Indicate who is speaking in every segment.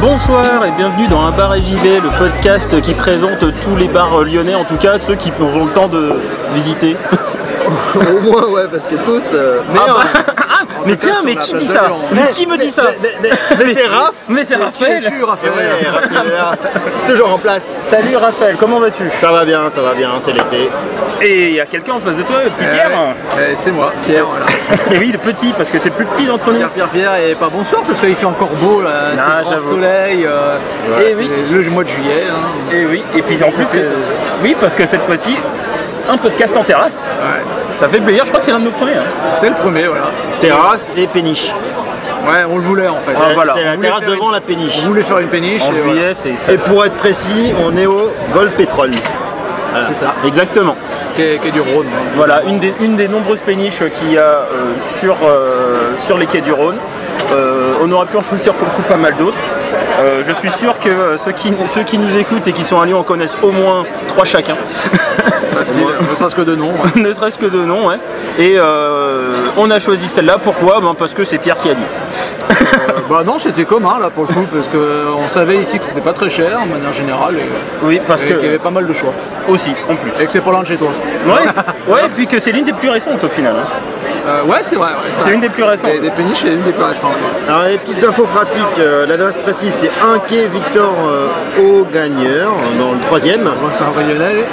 Speaker 1: Bonsoir et bienvenue dans Un bar et j'y vais, le podcast qui présente tous les bars lyonnais, en tout cas ceux qui ont le temps de visiter.
Speaker 2: Au moins, ouais, parce que tous. euh, mais
Speaker 1: Ah
Speaker 2: euh,
Speaker 1: bah- Ah, mais tiens, mais qui dit ça Mais qui me dit ça
Speaker 2: Mais, mais- mais- mais c'est Raph
Speaker 1: Mais c'est Raphaël
Speaker 2: Et ouais, Raph, il est là, Toujours en place
Speaker 1: Salut Raphaël, comment vas-tu
Speaker 2: Ça va bien, ça va bien, c'est l'été. Eh
Speaker 1: Et il y a quelqu'un en face de toi, le petit Pierre
Speaker 3: Euh, c'est moi, Pierre, voilà.
Speaker 1: Et oui, le petit, parce que c'est le plus petit d'entre nous.
Speaker 3: Pierre, Pierre, Pierre, et pas bonsoir parce qu'il fait encore beau là, c'est
Speaker 1: Ah,
Speaker 3: grand
Speaker 1: j'avoue.
Speaker 3: soleil, euh,
Speaker 1: Ouais.
Speaker 3: et oui, le mois de juillet. hein.
Speaker 1: Et oui, et puis en plus, euh, oui, parce que cette fois-ci, un podcast en terrasse,
Speaker 3: Ouais.
Speaker 1: ça fait plaisir, je crois que c'est l'un de nos premiers. hein.
Speaker 3: C'est le premier, voilà.
Speaker 2: Terrasse et péniche.
Speaker 3: Ouais, on le voulait en fait.
Speaker 1: Ah,
Speaker 2: C'est-
Speaker 1: voilà.
Speaker 2: C'est la
Speaker 3: On voulait
Speaker 2: terrasse
Speaker 3: faire
Speaker 2: devant
Speaker 3: une-
Speaker 2: la péniche.
Speaker 3: On voulait faire une péniche.
Speaker 1: En
Speaker 3: et voilà.
Speaker 1: juillet, c'est ça.
Speaker 2: Et pour être précis, on est au vol pétrole.
Speaker 3: C'est ça,
Speaker 1: Exactement.
Speaker 3: qui est, qui est du Rhône. hein.
Speaker 1: Voilà, une des, une des nombreuses péniches qu'il y a euh, sur, euh, sur les quais du Rhône. Euh, on aurait pu en choisir pour le coup pas mal d'autres. Euh, je suis sûr que euh, ceux qui, ceux qui nous écoutent et qui sont à Lyon en connaissent au moins trois chacun,
Speaker 3: Facile, ne serait-ce que de nom. ouais.
Speaker 1: ne serait-ce que de nom. ouais. Et euh, on a choisi celle-là, pourquoi Ben, Parce que c'est Pierre qui a dit.
Speaker 3: Euh, bah non, c'était commun là pour le coup, parce qu'on savait ici que c'était pas très cher de manière générale, et,
Speaker 1: Oui, parce
Speaker 3: et
Speaker 1: que.
Speaker 3: qu'il y avait pas mal de choix.
Speaker 1: Aussi, en plus.
Speaker 3: Et que c'est pas loin de chez toi.
Speaker 1: Ouais, ouais, et puis que c'est l'une des plus récentes au final. hein.
Speaker 3: Euh, ouais, c'est vrai. ouais,
Speaker 1: C'est
Speaker 3: vrai.
Speaker 1: une des plus récentes.
Speaker 3: Et Des péniches, c'est une des plus récentes. ouais.
Speaker 2: Alors, les petites infos pratiques, euh, l'adresse précise, c'est 1 quai Victor euh, Augagneur, dans le troisième.
Speaker 3: On voit que c'est un rayonnel.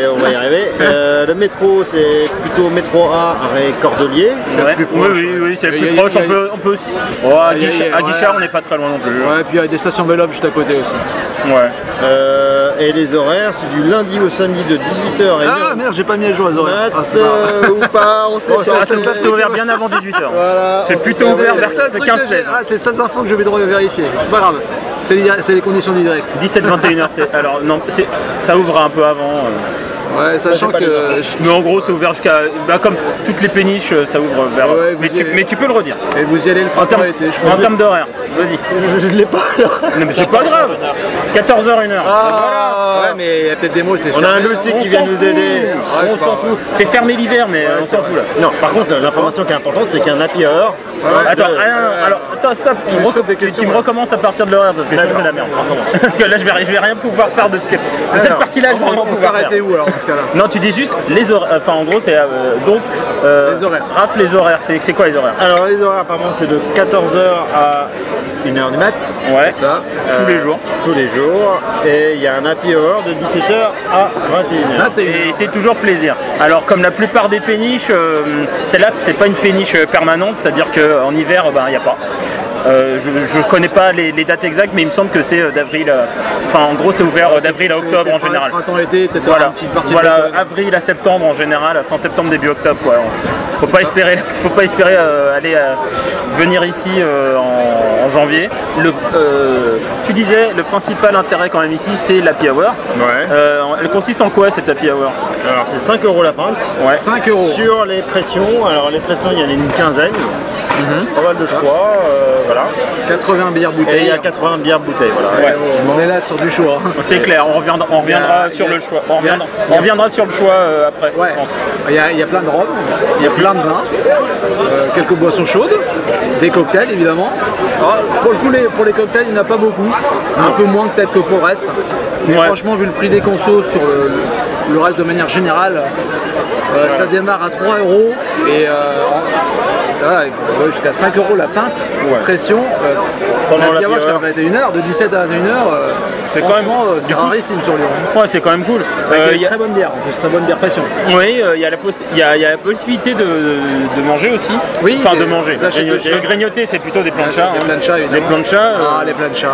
Speaker 2: Et on va y arriver. Euh, le métro, c'est plutôt métro A, arrêt Cordelier.
Speaker 1: C'est
Speaker 3: le plus proche.
Speaker 1: Oui, oui, oui, c'est le
Speaker 3: Il y
Speaker 1: plus
Speaker 3: a-
Speaker 1: proche.
Speaker 3: il y a-
Speaker 1: On peut, on peut aussi. Oh, à
Speaker 3: Il y a-
Speaker 1: Guichard, à
Speaker 3: ouais.
Speaker 1: Guichard, on n'est pas très loin non plus. hein.
Speaker 3: Ouais, et puis il y a des stations vélo juste à côté aussi.
Speaker 1: Ouais.
Speaker 2: Euh, et les horaires, c'est du lundi au samedi de 18h et
Speaker 3: Ah merde, j'ai pas mis à jour les horaires.
Speaker 2: Mat,
Speaker 3: Ah, c'est marrant.
Speaker 2: euh, ou pas, on sait
Speaker 1: Oh, ça,
Speaker 2: pas.
Speaker 1: ça, ça, c'est ouvert bien avant 18h.
Speaker 2: Voilà.
Speaker 1: C'est
Speaker 2: On
Speaker 1: plutôt
Speaker 2: sait
Speaker 1: ouvert
Speaker 2: pas.
Speaker 1: vers
Speaker 3: C'est le truc que
Speaker 1: 15-16.
Speaker 3: j'ai- ah, c'est les seules infos que j'ai eu le droit de vérifier. C'est pas grave. C'est les, c'est les conditions du direct.
Speaker 1: 17-21h, c'est. Alors, non, c'est- ça ouvre un peu avant. euh.
Speaker 3: Ouais, sachant
Speaker 2: pas
Speaker 3: que.
Speaker 2: les
Speaker 3: euh,
Speaker 1: Mais en gros, c'est ouvert jusqu'à. Bah, comme toutes les péniches, euh, ça ouvre vers.
Speaker 3: Ouais, vous
Speaker 1: mais,
Speaker 3: y
Speaker 1: tu,
Speaker 3: allez.
Speaker 1: mais tu peux le redire.
Speaker 3: Et vous y allez le
Speaker 1: En
Speaker 3: printemps
Speaker 1: termes
Speaker 3: été, je
Speaker 1: en
Speaker 3: pense.
Speaker 1: termes d'horaire, vas-y.
Speaker 2: Je ne l'ai pas là.
Speaker 1: Non, mais c'est pas grave. 14h, 1h.
Speaker 3: Ouais, mais il y a peut-être des mots, c'est
Speaker 2: On a un
Speaker 3: fermé,
Speaker 2: loustic
Speaker 1: On
Speaker 2: Ah. qui vient
Speaker 1: s'en
Speaker 2: nous
Speaker 1: fout.
Speaker 2: aider.
Speaker 3: Ouais,
Speaker 1: On
Speaker 3: c'est
Speaker 1: s'en
Speaker 3: pas-
Speaker 1: fout. C'est fermé l'hiver, mais on s'en fout là.
Speaker 2: Non, par contre, l'information qui est importante, c'est qu'un happy hour.
Speaker 1: Attends, ah, non, non, alors, attends, stop, on
Speaker 3: saute
Speaker 1: reco-
Speaker 3: des
Speaker 1: tu-
Speaker 3: questions,
Speaker 1: tu me
Speaker 3: là.
Speaker 1: recommences à partir de l'horaire parce que sinon
Speaker 2: D'accord.
Speaker 1: c'est la merde. Parce que là je vais, je vais rien pouvoir faire de, ce- de cette
Speaker 2: Alors,
Speaker 1: partie-là, je vais rien
Speaker 3: On, on
Speaker 1: pouvoir
Speaker 3: s'arrêtait
Speaker 1: faire.
Speaker 3: où alors dans ce cas-là
Speaker 1: Non, tu dis juste les horaires. Enfin, en gros, c'est euh, donc. euh,
Speaker 3: Les horaires.
Speaker 1: Raph, les horaires. C'est c'est quoi les horaires
Speaker 2: Alors, les horaires, apparemment, c'est de 14h à 1h du mat.
Speaker 1: Ouais.
Speaker 2: C'est ça. euh,
Speaker 1: Tous les jours.
Speaker 2: Tous les jours. Et il y a un happy hour de 17h à 21h.
Speaker 3: 21.
Speaker 1: Et c'est toujours plaisir. Alors, comme la plupart des péniches, euh, celle-là, c'est pas une péniche euh, permanente, c'est-à-dire qu'en hiver, il n'y a pas. Euh, je ne connais pas les, les dates exactes, mais il me semble que c'est euh, d'avril. à- Enfin, en gros, c'est ouvert euh, d'avril à octobre en général.
Speaker 3: Printemps-été, peut-être
Speaker 1: Voilà,
Speaker 3: une petite partie. de
Speaker 1: voilà
Speaker 3: l'automne.
Speaker 1: avril à septembre en général, fin septembre, début octobre. Quoi. Alors, Faut pas espérer, faut pas espérer euh, aller euh, venir ici euh, en, en janvier. Le, euh, tu disais, le principal intérêt quand même ici, c'est l'happy hour.
Speaker 2: Ouais.
Speaker 1: Euh, elle consiste en quoi cette happy hour
Speaker 2: Alors, c'est 5 euros la pinte.
Speaker 1: Ouais.
Speaker 3: 5 euros.
Speaker 2: Sur les pressions, alors les pressions, il y en a une quinzaine.
Speaker 3: Mhm.
Speaker 2: Pas mal de choix. euh, voilà.
Speaker 3: 80 bières
Speaker 2: Et il
Speaker 3: bouteilles.
Speaker 2: y a 80 bières bouteilles. Voilà.
Speaker 1: Ouais.
Speaker 3: On est là sur du hein. choix.
Speaker 1: C'est clair, on reviendra, on reviendra
Speaker 3: Il y a-
Speaker 1: sur
Speaker 3: il y a-
Speaker 1: le choix. On
Speaker 3: il y a-
Speaker 1: reviendra,
Speaker 3: il y
Speaker 1: on
Speaker 3: a-
Speaker 1: reviendra sur le choix euh, après.
Speaker 3: Ouais,
Speaker 1: je pense.
Speaker 3: il y, a, il y a plein de rhum, il y a plein de vins, euh, quelques boissons chaudes, des cocktails évidemment. Alors, pour le coup, les, pour les cocktails, il n'y en a pas beaucoup, un peu moins peut-être que pour le reste. Mais
Speaker 1: Ouais.
Speaker 3: franchement, vu le prix des consos sur le, le- le reste de manière générale, euh, ça démarre à 3 euros et euh, en- voilà, ouais, jusqu'à 5 euros la pinte,
Speaker 1: Ouais.
Speaker 3: pression. euh,
Speaker 2: Pendant
Speaker 3: la
Speaker 2: la
Speaker 3: bière jusqu'à
Speaker 2: bière.
Speaker 3: 21h, de 17 à 21h, euh,
Speaker 1: C'est quand même-
Speaker 3: franchement, euh, c'est
Speaker 1: du coup,
Speaker 3: rarissime sur Lyon.
Speaker 1: Ouais, c'est quand même cool.
Speaker 3: Il
Speaker 1: Euh,
Speaker 3: y a
Speaker 1: il y
Speaker 3: des
Speaker 1: a-
Speaker 3: très bonne bière, en plus, très bonne bière pression.
Speaker 1: Oui, euh, il y, a la possi- il y a- il y a la possibilité de, de manger aussi.
Speaker 3: Oui,
Speaker 1: enfin
Speaker 3: des-
Speaker 1: de manger.
Speaker 3: des achats de
Speaker 1: Grignoter.
Speaker 3: chats.
Speaker 1: Le grignoter, c'est plutôt des
Speaker 3: Des
Speaker 1: planchas. hein.
Speaker 3: planchas,
Speaker 1: Des
Speaker 3: évidemment.
Speaker 1: planchas. euh,
Speaker 3: Ah, les planchas.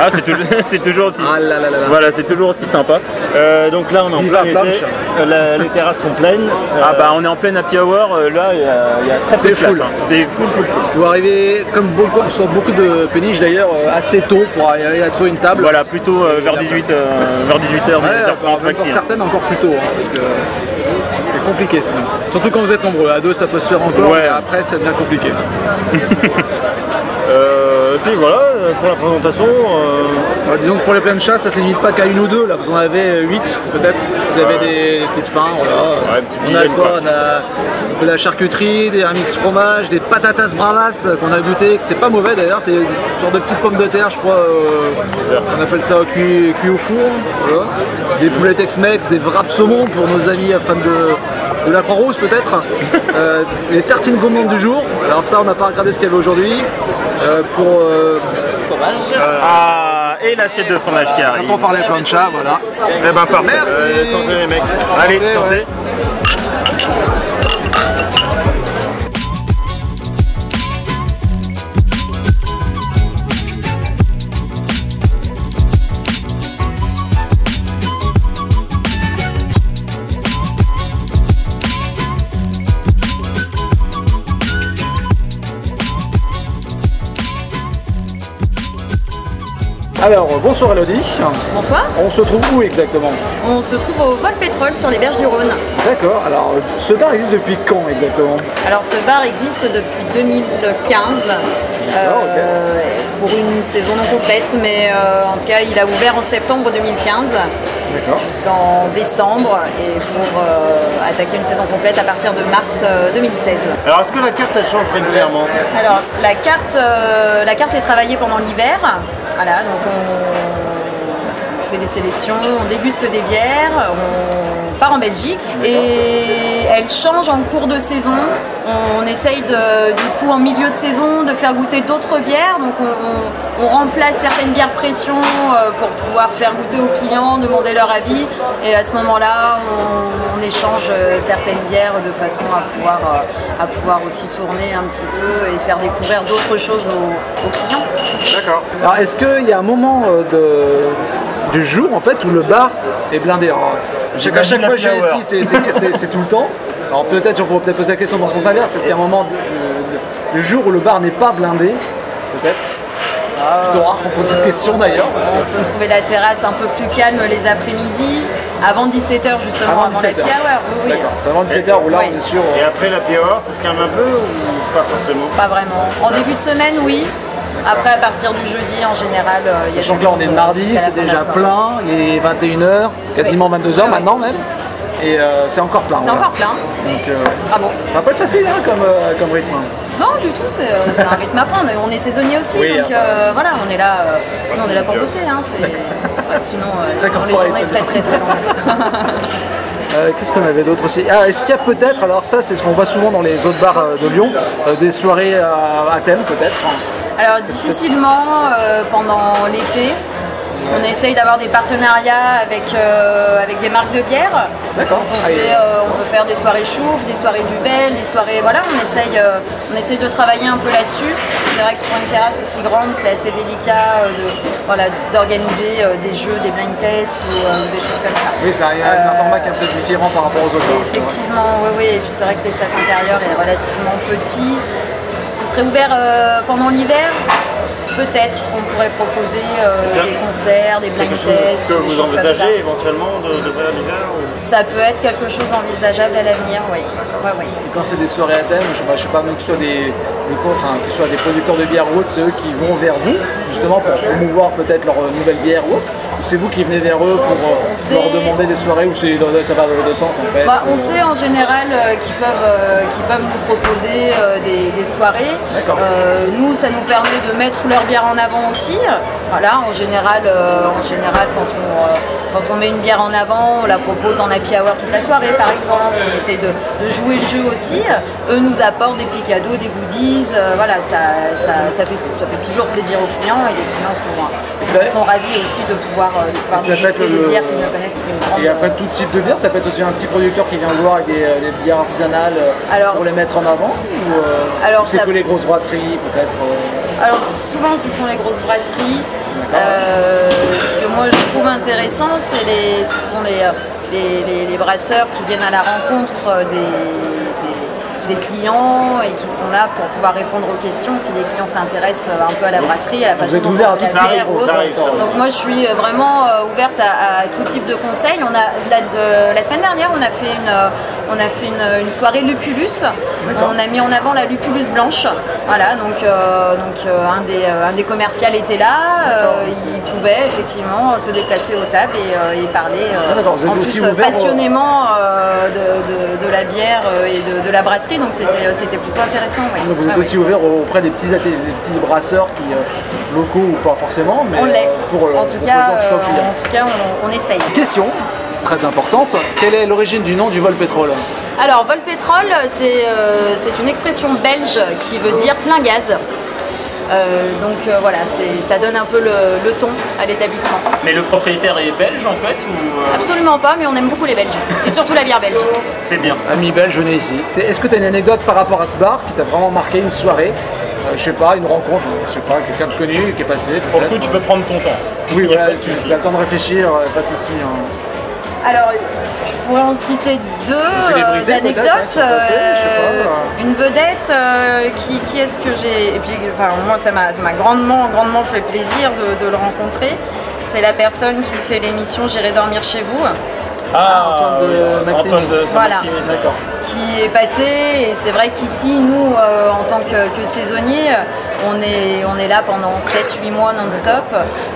Speaker 1: ah, c'est toujours, c'est toujours aussi.
Speaker 3: Ah là là là là.
Speaker 1: Voilà, c'est toujours aussi sympa.
Speaker 2: Euh, donc là, on est en
Speaker 3: Viva
Speaker 2: plein été.
Speaker 3: Planche.
Speaker 2: Euh, la- les terrasses sont pleines. Euh,
Speaker 1: Ah bah, on est en pleine happy hour. euh, Là, il y a, il y a très peu
Speaker 3: C'est
Speaker 1: de place.
Speaker 3: full.
Speaker 1: hein. C'est full, full, full.
Speaker 3: Vous arrivez, comme beaucoup, sur beaucoup de péniches d'ailleurs, euh, assez tôt pour arriver à trouver une table.
Speaker 1: Voilà, plus tôt euh, vers 18 euh, vers 18h,
Speaker 3: Ouais,
Speaker 1: 18h30
Speaker 3: même pour
Speaker 1: maxi. hein.
Speaker 3: certaines encore plus tôt, hein, parce que c'est compliqué sinon. Surtout quand vous êtes nombreux, à deux ça peut se faire encore,
Speaker 1: Ouais.
Speaker 3: mais après ça devient compliqué.
Speaker 2: Euh, et puis voilà, euh, pour la présentation, euh,
Speaker 3: Bah, disons que pour les pleines chasses, ça ne se limite pas qu'à une ou deux, là vous en avez euh, huit peut-être, si vous avez des, des petites fins, voilà.
Speaker 2: Ouais, une petite
Speaker 3: on a
Speaker 2: dizaine,
Speaker 3: quoi
Speaker 2: quoi.
Speaker 3: On a de la charcuterie, des un mix fromage, des patatas bravas euh, qu'on a goûté, que c'est pas mauvais d'ailleurs, c'est une genre de petites pommes de terre je crois, euh, on appelle ça au cuit, cuit au four, voilà. des poulets Tex-Mex, des wraps saumon pour nos amis euh, fans de, de la Croix-Rousse peut-être, Euh, les tartines gourmandes du jour, alors ça on n'a pas regardé ce qu'il y avait aujourd'hui, Euh, pour... euh,
Speaker 1: Ah, et l'assiette de fromage qui arrive.
Speaker 3: on parlait plein de chats, voilà.
Speaker 1: Eh ben parfait.
Speaker 3: Merci.
Speaker 2: euh, santé les mecs.
Speaker 1: Allez,
Speaker 3: Santé,
Speaker 1: santé.
Speaker 3: ouais. Alors, bonsoir Elodie.
Speaker 4: Bonsoir,
Speaker 3: On se trouve où exactement
Speaker 4: on se trouve au Vol Pétrole sur les berges du Rhône.
Speaker 3: D'accord, alors ce bar existe depuis quand exactement
Speaker 4: Alors ce bar existe depuis 2015 euh, pour une saison non complète, mais euh, en tout cas il a ouvert en septembre 2015
Speaker 3: D'accord.
Speaker 4: jusqu'en décembre et pour euh, attaquer une saison complète à partir de mars euh, 2016.
Speaker 2: Alors est-ce que la carte elle change régulièrement
Speaker 4: Alors la carte, euh, la carte est travaillée pendant l'hiver. Voilà, donc on fait des sélections, on déguste des bières, on part en Belgique et elle change en cours de saison. On essaye de- du coup en milieu de saison de faire goûter d'autres bières. Donc on, on- on remplace certaines bières pression euh, pour pouvoir faire goûter aux clients, demander leur avis. Et à ce moment-là, on, on échange euh, certaines bières de façon à pouvoir, euh, à pouvoir aussi tourner un petit peu et faire découvrir d'autres choses aux, aux clients.
Speaker 3: Alors est-ce qu'il y a un moment euh, de... du jour en fait où le bar est blindé Alors, je sais qu'à
Speaker 1: J'imagine
Speaker 3: chaque fois que j'ai
Speaker 1: l'after
Speaker 3: ici, c'est- c'est c'est- c'est tout le temps. Alors peut-être, il faut peut-être poser la question dans son salaire, c'est ce qu'il y a un moment de- de- du jour où le bar n'est pas blindé Peut-être Plutôt rare qu'on pose cette question d'ailleurs. parce que-
Speaker 4: On peut trouver la terrasse un peu plus calme les après-midi, avant 17h justement,
Speaker 3: Avant
Speaker 4: avant, la
Speaker 3: 17 heures.
Speaker 4: happy hour. Oui, oui.
Speaker 3: D'accord, c'est avant 17h où là
Speaker 4: Ouais.
Speaker 3: on est euh, sur...
Speaker 2: Et après la hour, ça se calme un peu ou pas forcément
Speaker 4: Pas vraiment. En début de semaine, oui. Après, à partir du jeudi, en général, euh, il y a
Speaker 3: Sachant
Speaker 4: du
Speaker 3: que là on est
Speaker 4: monde,
Speaker 3: mardi,
Speaker 4: jusqu'à la
Speaker 3: c'est
Speaker 4: fin de la
Speaker 3: déjà
Speaker 4: soirée.
Speaker 3: plein, il est 21h, quasiment 22h
Speaker 4: Ouais.
Speaker 3: maintenant même, et euh, c'est encore plein.
Speaker 4: C'est
Speaker 3: voilà.
Speaker 4: encore plein.
Speaker 3: Donc, euh,
Speaker 4: Bravo.
Speaker 3: ça va pas être facile hein, comme, euh, comme rythme.
Speaker 4: Non, du tout, c'est euh, c'est un rythme à prendre. On est saisonnier aussi,
Speaker 3: Oui,
Speaker 4: donc
Speaker 3: hein.
Speaker 4: euh, voilà, on est là, euh, nous, on est là pour bosser. hein, c'est- ouais, sinon, euh,
Speaker 3: D'accord,
Speaker 4: sinon les
Speaker 3: pareil,
Speaker 4: journées
Speaker 3: c'est
Speaker 4: seraient très très longues.
Speaker 3: Euh, Qu'est-ce qu'on avait d'autre aussi Ah, est-ce qu'il y a peut-être, alors ça c'est ce qu'on voit souvent dans les autres bars euh, de Lyon, euh, des soirées euh, à thème peut-être hein
Speaker 4: Alors difficilement euh, pendant l'été. On essaye d'avoir des partenariats avec, euh, avec des marques de bière.
Speaker 3: D'accord.
Speaker 4: Donc, on,
Speaker 3: Ah,
Speaker 4: fait, euh, on peut faire des soirées chouffe, des soirées Bel, des soirées. Voilà, on essaye, euh, on essaye de travailler un peu là-dessus. C'est vrai que sur une terrasse aussi grande, c'est assez délicat euh, de- voilà, d'organiser euh, des jeux, des blind tests ou euh, des choses comme ça.
Speaker 3: Oui, c'est un, c'est un format qui est un peu différent par rapport aux autres bars.
Speaker 4: Effectivement, oui, oui. Et puis c'est vrai que l'espace intérieur est relativement petit. Ce serait ouvert euh, pendant l'hiver Peut-être qu'on pourrait proposer euh,
Speaker 2: C'est-
Speaker 4: des concerts, des
Speaker 2: C'est
Speaker 4: blind
Speaker 2: quelque chose
Speaker 4: tests,
Speaker 2: que
Speaker 4: des
Speaker 2: vous
Speaker 4: choses comme ça.
Speaker 2: envisagez éventuellement de, de faire l'hiver ou-
Speaker 4: Ça peut être quelque chose d'envisageable à l'avenir, oui. Ouais, ouais.
Speaker 3: Et quand c'est des soirées à thème, je ne sais pas, mais que ce soit des, des co- enfin, que ce soit des producteurs de bière ou autre, c'est eux qui vont vers vous, justement pour promouvoir peut-être leur euh, nouvelle bière ou autre. Ou c'est vous qui venez vers eux pour euh,
Speaker 4: sait-
Speaker 3: leur demander des soirées ou c'est dans- ça va dans les deux sens en fait euh,
Speaker 4: Bah, on
Speaker 3: c'est-
Speaker 4: sait en général euh, qu'ils peuvent, euh, qu'ils peuvent nous proposer euh, des, des soirées.
Speaker 3: D'accord.
Speaker 4: Euh, nous, ça nous permet de mettre leur bière en avant aussi. Voilà, en général, euh, en général quand, on, euh, quand on met une bière en avant, on la propose en happy hour toute la soirée par exemple. On essaie de, de jouer le jeu aussi. Eux nous apportent des petits cadeaux, des goodies. euh, voilà, ça, ça, ça fait, ça fait toujours plaisir aux clients et les clients sont,
Speaker 3: C'est-
Speaker 4: sont, ravis aussi de pouvoir, euh, de pouvoir
Speaker 3: Ça peut
Speaker 4: déguster
Speaker 3: être
Speaker 4: des
Speaker 3: le-
Speaker 4: bières qu'ils ne connaissent plus.
Speaker 3: Et après tout type de bière, ça peut être aussi un petit producteur qui vient le voir avec des, euh, des bières artisanales euh,
Speaker 4: Alors,
Speaker 3: pour les
Speaker 4: c'est-
Speaker 3: mettre en avant ou euh,
Speaker 4: Alors,
Speaker 3: c'est
Speaker 4: ça-
Speaker 3: que les grosses brasseries peut-être euh,
Speaker 4: Alors souvent ce sont les grosses brasseries. Euh, ce que moi je trouve intéressant, c'est les, ce sont les, euh, les, les- les brasseurs qui viennent à la rencontre euh, des, des- des clients et qui sont là pour pouvoir répondre aux questions si les clients s'intéressent euh, un peu à la brasserie, à la façon
Speaker 5: êtes
Speaker 4: dont
Speaker 5: ouvert à
Speaker 4: on fait
Speaker 5: tout
Speaker 4: la
Speaker 5: ça,
Speaker 4: bière
Speaker 5: gros,
Speaker 4: ou
Speaker 5: ça
Speaker 4: autre.
Speaker 5: arrive, ça arrive.
Speaker 4: Donc moi je suis vraiment euh, ouverte à, à tout type de conseils. On a, la, de- la semaine dernière on a fait une, euh, on a fait une, une soirée Lupulus. On a mis en avant la Lupulus blanche. Voilà, donc, euh, donc euh, un, des, euh, un des commerciaux était là. euh, il pouvait effectivement se déplacer aux tables et, euh, et parler euh,
Speaker 5: Ah, d'accord, vous êtes
Speaker 4: en
Speaker 5: aussi
Speaker 4: plus euh,
Speaker 5: ouvert au-
Speaker 4: passionnément euh, de, de- de la bière euh, et de, de la brasserie. Donc c'était euh, c'était plutôt intéressant. ouais.
Speaker 5: Donc vous
Speaker 4: Ah,
Speaker 5: êtes
Speaker 4: ouais.
Speaker 5: aussi ouvert auprès des petits, athée- des petits brasseurs qui, euh, locaux ou pas forcément, mais
Speaker 4: On l'est.
Speaker 5: euh, pour euh,
Speaker 4: en, tout
Speaker 5: proposer
Speaker 4: cas,
Speaker 5: en tout cas
Speaker 4: euh,
Speaker 5: aux clients.
Speaker 4: en tout cas, on, on essaye.
Speaker 5: Question très importante, quelle est l'origine du nom du vol pétrole
Speaker 4: Alors, vol pétrole, c'est euh, c'est une expression belge qui veut dire plein gaz. Euh, donc euh, voilà, c'est- ça donne un peu le, le ton à l'établissement.
Speaker 1: Mais le propriétaire est belge en fait ou euh,
Speaker 4: Absolument pas, mais on aime beaucoup les Belges. Et surtout la bière belge.
Speaker 1: c'est bien
Speaker 5: Ami belge, venez ici. T'es-
Speaker 6: Est-ce que tu as une anecdote par rapport à ce bar qui t'a vraiment marqué une soirée Euh, Je sais pas, une rencontre, je sais pas, quelqu'un de connu qui est passé.
Speaker 1: Pour le
Speaker 6: peut-être.
Speaker 1: coup, tu peux prendre ton temps.
Speaker 6: oui, voilà,
Speaker 1: pas de
Speaker 6: tu
Speaker 1: souci.
Speaker 6: as le temps de réfléchir, euh, pas de soucis. hein.
Speaker 4: Alors, je pourrais en citer deux euh,
Speaker 6: célébrités, peut-être,
Speaker 4: d'anecdotes.
Speaker 6: hein, qui sont passées, je sais pas, euh.
Speaker 4: une vedette, euh, qui, qui est-ce que j'ai. Et puis, enfin, moi, ça m'a ça m'a grandement, grandement fait plaisir de, de le rencontrer. C'est la personne qui fait l'émission J'irai dormir chez vous,
Speaker 1: Ah,
Speaker 6: Antoine de
Speaker 1: euh,
Speaker 6: Maxime.
Speaker 1: Antoine de
Speaker 4: Voilà.
Speaker 1: Saint-Maximin, d'accord.
Speaker 4: qui est passée. Et c'est vrai qu'ici, nous, euh, en tant que, que saisonniers, on est, on est là pendant 7-8 mois non-stop.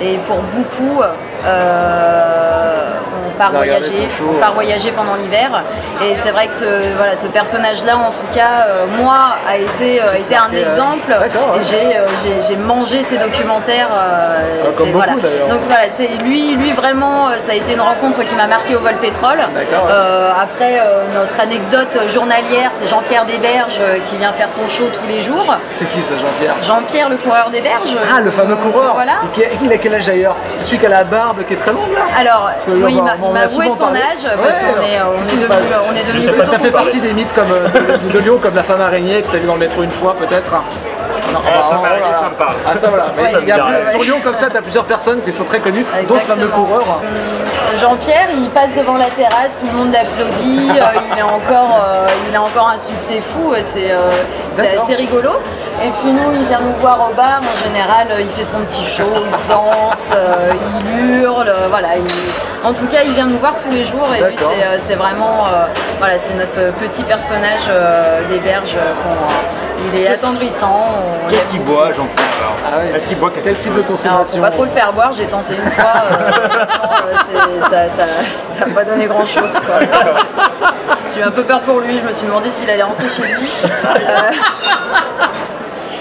Speaker 4: Et pour beaucoup, euh, on part
Speaker 6: Vous avez regardé
Speaker 4: voyager,
Speaker 6: son show, euh.
Speaker 4: on
Speaker 6: ouais.
Speaker 4: part voyager pendant l'hiver. Et c'est vrai que ce, voilà, ce personnage-là, en tout cas, euh, moi, a été, euh, a été un
Speaker 6: marqué, ouais.
Speaker 4: exemple.
Speaker 6: D'accord, hein. ouais.
Speaker 4: Et j'ai, euh, j'ai- j'ai mangé ses documentaires. euh,
Speaker 6: Comme
Speaker 4: c'est-
Speaker 6: beaucoup,
Speaker 4: voilà.
Speaker 6: d'ailleurs.
Speaker 4: Donc voilà, c'est lui, lui vraiment, euh, ça a été une rencontre qui m'a marqué au vol pétrole.
Speaker 6: D'accord, ouais.
Speaker 4: Euh, après, euh, notre anecdote journalière, c'est Jean-Pierre Desberges euh, qui vient faire son show tous les jours.
Speaker 6: C'est qui ça, Jean-Pierre
Speaker 4: Jean-Pierre, le coureur des berges.
Speaker 6: Ah, le fameux
Speaker 4: euh,
Speaker 6: coureur
Speaker 4: Voilà.
Speaker 6: Et qui a- Il a quel âge d'ailleurs C'est celui qui a la barbe qui est très longue là
Speaker 4: Alors,
Speaker 6: que
Speaker 4: oui,
Speaker 6: là,
Speaker 4: il
Speaker 6: on
Speaker 4: m'a
Speaker 6: m'a-
Speaker 4: il
Speaker 6: on
Speaker 4: m'a
Speaker 6: a
Speaker 4: avoué
Speaker 6: souvent
Speaker 4: son
Speaker 6: parlé.
Speaker 4: âge parce
Speaker 6: Ouais,
Speaker 4: qu'on est, euh,
Speaker 6: alors,
Speaker 4: on
Speaker 6: si, si,
Speaker 4: est
Speaker 6: bah,
Speaker 4: devenu, on est devenu
Speaker 6: Ça,
Speaker 4: plutôt
Speaker 6: ça fait
Speaker 4: complice.
Speaker 6: partie des mythes comme euh, de, de Lyon, comme la femme araignée que t'as vu dans le métro une fois peut-être. Non, bah,
Speaker 2: Ah, femme
Speaker 6: non,
Speaker 2: araignée,
Speaker 6: voilà.
Speaker 2: ça me parle.
Speaker 6: Ah ça voilà. Mais
Speaker 4: Ouais,
Speaker 6: il y a
Speaker 4: ça me
Speaker 6: plus-
Speaker 4: parle.
Speaker 6: sur Lyon comme ça, t'as plusieurs personnes qui sont très connues, dont ce fameux
Speaker 4: Exactement.
Speaker 6: coureur.
Speaker 4: Hum, Jean-Pierre, il passe devant la terrasse, tout le monde l'applaudit, euh, il, est encore, euh, il a encore un succès fou, euh, c'est euh, c'est
Speaker 6: D'accord.
Speaker 4: assez rigolo. Et puis nous, il vient nous voir au bar, en général, euh, il fait son petit show, il danse, euh, il hurle, euh, voilà. il- En tout cas, il vient nous voir tous les jours et lui, c'est
Speaker 6: D'accord.
Speaker 4: euh, c'est vraiment, euh, voilà, c'est notre petit personnage euh, des berges. euh, qu'on- il est attendrissant. on-
Speaker 2: Qu'est-ce qu'il boit, Jean-Pierre
Speaker 6: Ah ouais.
Speaker 2: Est-ce qu'il boit quelque
Speaker 6: Quel type de
Speaker 4: alors, faut
Speaker 6: consommation
Speaker 4: pas trop le faire boire, j'ai tenté une fois, euh, franchement, euh, c'est- ça- ça ça m'a pas donné grand chose. J'ai eu un peu peur pour lui, je me suis demandé s'il allait rentrer chez lui. Euh,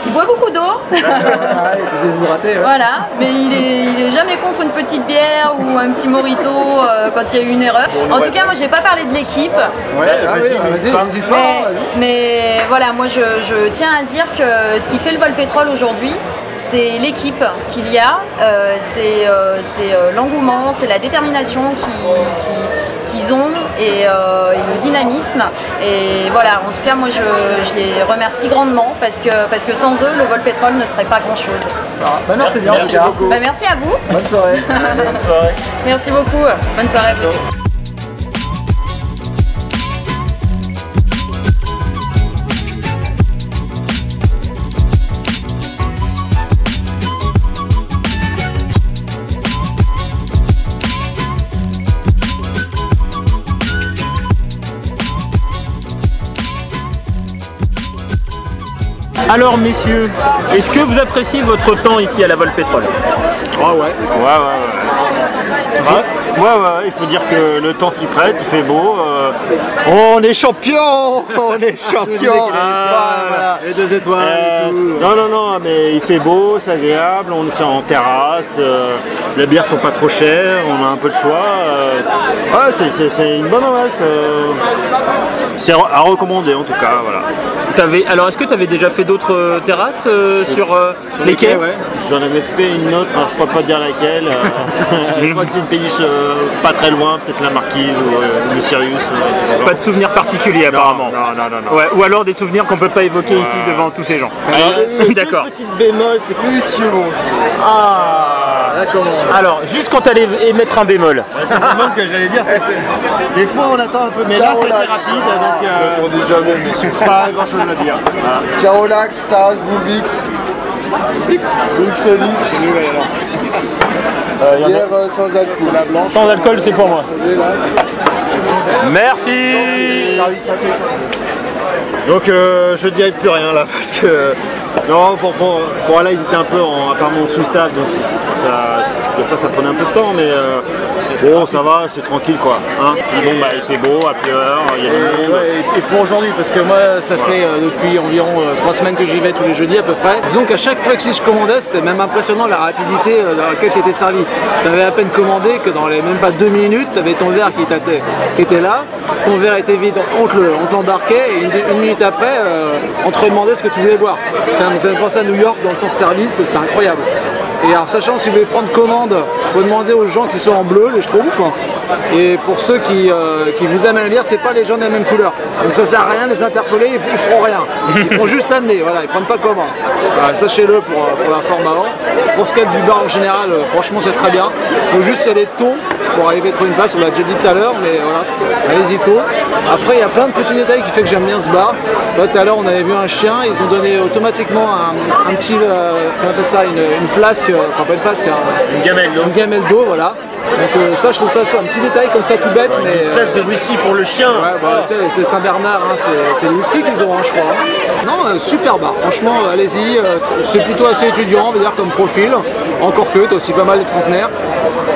Speaker 4: Il boit beaucoup d'eau,
Speaker 6: Ah ouais, vous déshydrater. ouais.
Speaker 4: voilà, mais il est, il est jamais contre une petite bière ou un petit morito euh, quand il y a eu une erreur. En tout cas, moi j'ai pas parlé de l'équipe,
Speaker 6: Ouais, ah
Speaker 2: vas-y,
Speaker 6: oui, vas-y,
Speaker 2: n'hésite pas.
Speaker 6: n'hésite pas.
Speaker 4: mais,
Speaker 3: Ah,
Speaker 6: hein, vas-y.
Speaker 4: mais voilà, moi je, je tiens à dire que ce qui fait le vol pétrole aujourd'hui, c'est l'équipe qu'il y a, euh, c'est euh, c'est, euh, l'engouement, c'est la détermination qui- qui- qu'ils ont et, euh, et le dynamisme. Et voilà, en tout cas, moi je, je les remercie grandement parce que, parce que sans eux, le vol pétrole ne serait pas grand-chose.
Speaker 6: Ah, bah, merci bien,
Speaker 1: Merci
Speaker 6: en tout cas.
Speaker 4: Bah, merci à vous,
Speaker 6: Bonne soirée.
Speaker 2: Ah.
Speaker 4: merci beaucoup, bonne soirée à vous. aussi.
Speaker 1: Alors, messieurs, est-ce que vous appréciez votre temps ici à la Vol Pétrole
Speaker 2: Ouais, ouais, ouais. Ouais, ouais, ouais, il faut dire que le temps s'y prête, il fait beau. euh, On est champion On est champion Ah, voilà.
Speaker 6: Les deux étoiles
Speaker 2: Euh,
Speaker 6: et tout.
Speaker 2: non, non, non, mais il fait beau, c'est agréable, on est en terrasse, euh, les bières sont pas trop chères, on a un peu de choix. euh, ouais, c'est- c'est- c'est une bonne ambiance. euh, c'est re- à recommander en tout cas, voilà.
Speaker 1: T'avais- Alors, est-ce que tu avais déjà fait d'autres euh, terrasses euh, sur, euh, les quais
Speaker 6: ouais.
Speaker 2: J'en avais fait une autre, hein, je ne peux pas dire laquelle. euh, je crois que c'est une péniche euh, pas très loin, peut-être la Marquise ou euh, le Sirius. euh,
Speaker 1: Pas de souvenirs particuliers,
Speaker 2: Non,
Speaker 1: apparemment.
Speaker 2: Non, non, non. non.
Speaker 1: Ouais, ou alors des souvenirs qu'on peut pas évoquer ici devant tous ces gens.
Speaker 2: Euh, Alors, le seul
Speaker 1: D'accord.
Speaker 2: Petit bémol, c'est que le suivant. Ah
Speaker 3: Voilà comment.
Speaker 1: Alors, juste quand t'allais émettre un bémol.
Speaker 2: C'est que j'allais dire. Des fois, on attend un peu, mais là, c'était rapide, donc euh,
Speaker 7: On dit jamais, mais
Speaker 2: j'ai pas grand chose à dire. Voilà.
Speaker 7: Carolac, Stas, Boubix, Buxelix, hier euh, sans alcool.
Speaker 1: Sans alcool, c'est pour moi. Merci
Speaker 7: Service à paix.
Speaker 2: Donc euh, je dirais plus rien là parce que non pour, pour- bon, là ils étaient un peu en apparemment sous staff donc c'est- ça, des fois ça prenait un peu de temps mais euh, bon ça va c'est tranquille quoi hein. Puis bon bah il fait beau à heure, il y a du monde
Speaker 3: Ouais, et- et pour aujourd'hui, parce que moi, ça fait euh, depuis environ euh, trois semaines que j'y vais tous les jeudis à peu près. Disons qu'à chaque fois que si je commandais, c'était même impressionnant la rapidité euh, dans laquelle tu étais servi. Tu avais à peine commandé que dans les même pas deux minutes, tu avais ton verre qui, t'attendait- qui était là, ton verre était vide, on te le- on te l'embarquait, et une, une minute après, euh, on te demandait ce que tu voulais boire. Ça me ça me fait penser à New York dans le sens service, c'était incroyable. Et alors, sachant si vous voulez prendre commande, il faut demander aux gens qui sont en bleu, les schtroumpfs. Et pour ceux qui, euh, qui vous amènent à lire, c'est pas les gens de la même couleur. Donc ça sert à rien de les interpeller, ils, ils feront rien. Ils font juste amener, voilà, ils prennent pas commande. Voilà, Sachez-le pour, euh, pour la forme avant. Pour ce qui est du bar en général, euh, franchement c'est très bien. Il faut juste y aller tôt pour arriver à trouver une place, on l'a déjà dit tout à l'heure, mais voilà, allez-y tôt. Après il y a plein de petits détails qui fait que j'aime bien ce bar. Toi, Tout à l'heure on avait vu un chien, ils ont donné automatiquement un, un petit, euh, comment on appelle ça, une, une flasque, euh, enfin pas une flasque, un-
Speaker 2: Une gamelle
Speaker 3: une gamelle d'eau, voilà. Donc euh, ça, je trouve ça, ça, un petit détail comme ça tout bête, mais euh,
Speaker 2: place de whisky pour le chien
Speaker 3: ouais, bah, tu sais, c'est Saint-Bernard, hein, c'est- c'est le whisky qu'ils ont, hein, je crois. hein. Non, euh, super bar, franchement, euh, allez-y, euh, tr- c'est plutôt assez étudiant, on va dire, comme profil. Encore que, t'as aussi pas mal de trentenaires,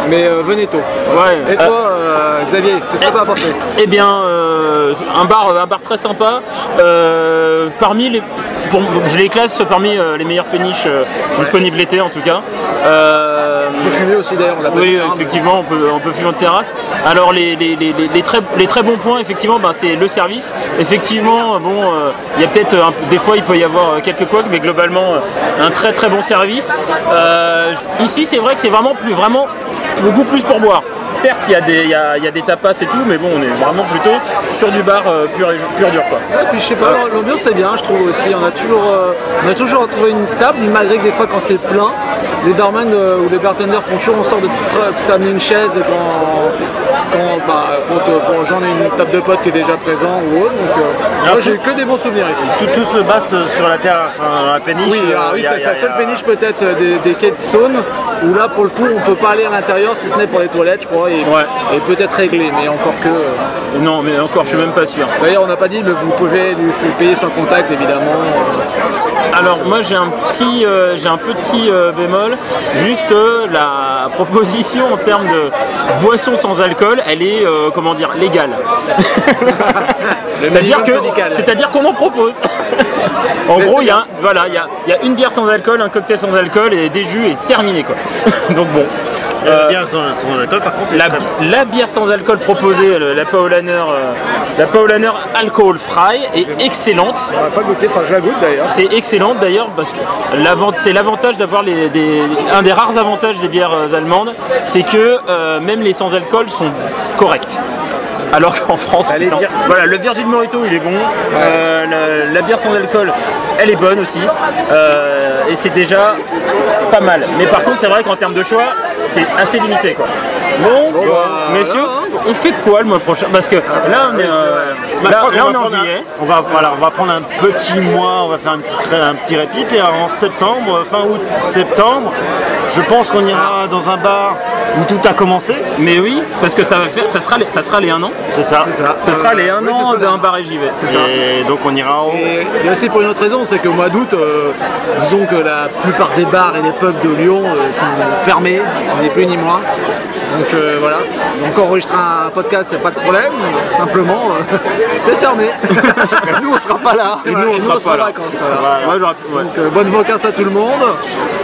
Speaker 3: mais euh, venez tôt.
Speaker 1: Ouais.
Speaker 3: Et toi, euh, Xavier, qu'est-ce que t'en as pensé
Speaker 1: Eh bien, euh, un, bar, un bar très sympa. Euh, parmi les, pour- je les classe parmi euh, les meilleures péniches euh, disponibles l'été en tout cas. Euh,
Speaker 3: On peut fumer aussi d'ailleurs, on l'a pas dit,
Speaker 1: oui,
Speaker 3: hein, mais-
Speaker 1: effectivement, on peut, on peut fumer en terrasse. Alors, les, les- les- les- les très, les très bons points, effectivement, ben, c'est le service. Effectivement, bon, euh, il y a peut-être un peu- des fois, il peut y avoir euh, quelques couacs, mais globalement, euh, un très très bon service. Euh, ici, c'est vrai que c'est vraiment plus, vraiment beaucoup plus pour boire. Certes, il y, a des- il y a, il y a des tapas et tout, mais bon, on est vraiment plutôt sur du bar euh, pur, et, pur et dur. Quoi.
Speaker 3: Ouais, puis je sais pas, l'ambiance est bien, je trouve aussi. On a toujours, euh, on a toujours trouvé une table, malgré que des fois quand c'est plein, les barmen euh, ou les bartenders font toujours en sorte de te- t'amener une chaise quand, quand, bah, pour te- pour gens une table de potes qui est déjà présent ou autre. Donc, euh, moi j'ai eu que des bons souvenirs ici.
Speaker 2: tout, tout se base euh, sur la terrasse hein, dans la péniche
Speaker 3: Oui,
Speaker 2: euh,
Speaker 3: ah oui,
Speaker 2: y a-
Speaker 3: c'est
Speaker 2: y a-
Speaker 3: la
Speaker 2: y a-
Speaker 3: seule péniche peut-être euh, des, des quais de Saône où là pour le coup on peut pas aller à l'intérieur si ce n'est pour les toilettes je crois et,
Speaker 1: Ouais.
Speaker 3: et peut-être régler mais encore que. euh,
Speaker 1: Non, mais encore, je suis même pas sûr.
Speaker 3: D'ailleurs on n'a pas dit mais vous pouvez lui f- payer sans contact évidemment. euh,
Speaker 1: Alors moi j'ai un petit euh, j'ai un petit euh, bémol, juste euh, la proposition en termes de boisson sans alcool, elle est euh, comment dire légale. C'est-à-dire
Speaker 3: minimum
Speaker 1: que
Speaker 3: syndical.
Speaker 1: c'est-à-dire qu'on en propose. en
Speaker 3: Mais
Speaker 1: gros
Speaker 3: c'est
Speaker 1: il y a un- voilà il y a, il y a une bière sans alcool, un cocktail sans alcool et des jus et terminé quoi. Donc bon.
Speaker 2: la bière sans, sans alcool par contre
Speaker 1: La,
Speaker 2: elle est très-
Speaker 1: la bière sans alcool proposée, le- la Paulaner, euh, la Paulaner Alcohol Fry est excellente.
Speaker 6: On n'a pas goûté, enfin je la goûte d'ailleurs.
Speaker 1: C'est excellent d'ailleurs parce que l'avant- c'est l'avantage d'avoir les- des- un des rares avantages des bières euh, allemandes, c'est que euh, même les sans alcool sont corrects. Alors qu'en France,
Speaker 3: Allez,
Speaker 1: putain,
Speaker 3: dire-
Speaker 1: voilà, le Virgin Morito il est bon, Euh, la, la bière sans alcool elle est bonne aussi, Euh, et c'est déjà pas mal. Mais par contre, c'est vrai qu'en termes de choix, c'est assez limité quoi. Bon, messieurs, on fait quoi le mois prochain Parce que là on est, euh,
Speaker 2: Bah, je
Speaker 1: là-
Speaker 2: crois qu'on
Speaker 1: là,
Speaker 2: va
Speaker 1: on est en
Speaker 2: prendre un-
Speaker 1: juillet.
Speaker 2: on va, voilà, on va prendre un petit mois, on va faire un petit, trait- un petit répit, et en septembre, fin août, septembre, je pense qu'on ira dans un bar où tout a commencé,
Speaker 1: Mais oui, parce que ça va faire, ça sera les, ça sera les un an.
Speaker 2: c'est ça.
Speaker 1: Ce sera les 1
Speaker 3: euh, oui, c'est
Speaker 1: an
Speaker 3: ça.
Speaker 1: d'un bar et j'y vais.
Speaker 2: Et donc on ira au...
Speaker 3: Et il y a aussi pour une autre raison, c'est qu'au mois d'août, euh, disons que la plupart des bars et des pubs de Lyon euh, sont fermés, ni plus ni moins. Donc euh, voilà, donc enregistrer un podcast, il n'y a pas de problème, simplement, euh, c'est fermé.
Speaker 2: Nous on sera pas là
Speaker 3: Et nous, on sera, en
Speaker 1: là.
Speaker 3: vacances. voilà.
Speaker 1: Moi, j'aurais- ouais.
Speaker 3: Donc euh, bonnes vacances à tout le monde.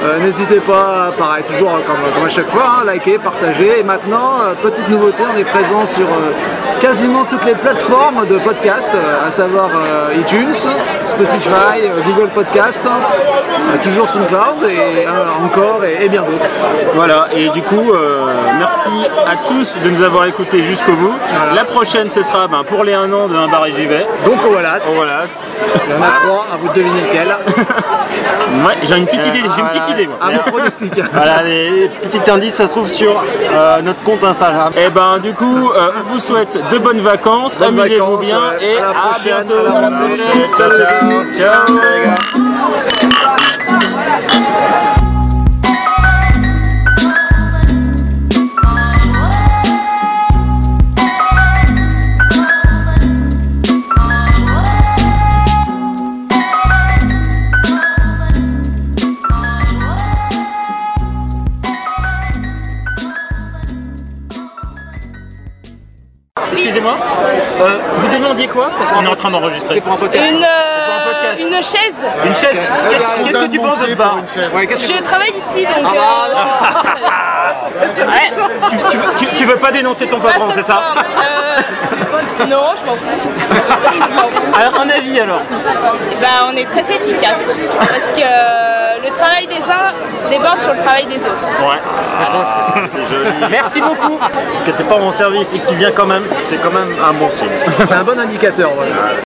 Speaker 3: Euh, N'hésitez pas, pareil, toujours euh, comme, comme à chaque fois, hein, liker, partager. Et maintenant, euh, petite nouveauté, on est présent sur euh, quasiment toutes les plateformes de podcast, euh, à savoir euh, iTunes, Spotify, euh, Google Podcast, euh, toujours SoundCloud et euh, encore et, et bien d'autres.
Speaker 1: Voilà, et du coup, euh, merci à tous de nous avoir écoutés jusqu'au bout. La prochaine, ce sera ben, pour les 1 an de Un bar et j'y vais.
Speaker 3: Donc au Wallace,
Speaker 2: Voilà.
Speaker 3: il y en a trois, à vous de deviner lequel.
Speaker 1: Ouais, j'ai une
Speaker 3: Euh,
Speaker 1: petite idée, j'ai une petite
Speaker 2: ouais,
Speaker 1: idée. Moi.
Speaker 3: À vos pronostics.
Speaker 2: Voilà, les petits indices, ça se trouve sur euh, notre compte Instagram.
Speaker 1: Et ben du coup, euh, on vous souhaite de bonnes vacances,
Speaker 3: Bonnes
Speaker 1: amusez-vous
Speaker 3: vacances,
Speaker 1: bien
Speaker 3: ouais.
Speaker 1: et
Speaker 3: À la
Speaker 1: à
Speaker 3: prochaine,
Speaker 1: bientôt.
Speaker 3: à la
Speaker 1: À la
Speaker 3: prochaine.
Speaker 1: prochaine.
Speaker 2: Ciao, ciao.
Speaker 1: Ciao. Excusez-moi, euh, vous demandiez quoi Parce qu'on est en train d'enregistrer.
Speaker 8: Une, euh, une chaise.
Speaker 1: Une chaise. Qu'est-ce qu'est-ce que tu penses de ce bar
Speaker 8: Je travaille ici donc. euh,
Speaker 1: Ouais, tu, tu, tu- tu veux ah, pas dénoncer ton
Speaker 8: pas
Speaker 1: patron,
Speaker 8: Ah, ce
Speaker 1: c'est ça
Speaker 8: soir. Euh, non, je m'en fous.
Speaker 1: Alors, un avis alors
Speaker 8: Bah, on est très efficace parce que euh, le travail des uns déborde sur le travail des autres.
Speaker 1: Ouais.
Speaker 2: C'est joli.
Speaker 1: Merci beaucoup
Speaker 2: Que t'es pas en service et que tu viens quand même, c'est quand même un bon signe.
Speaker 3: C'est un bon indicateur. voilà.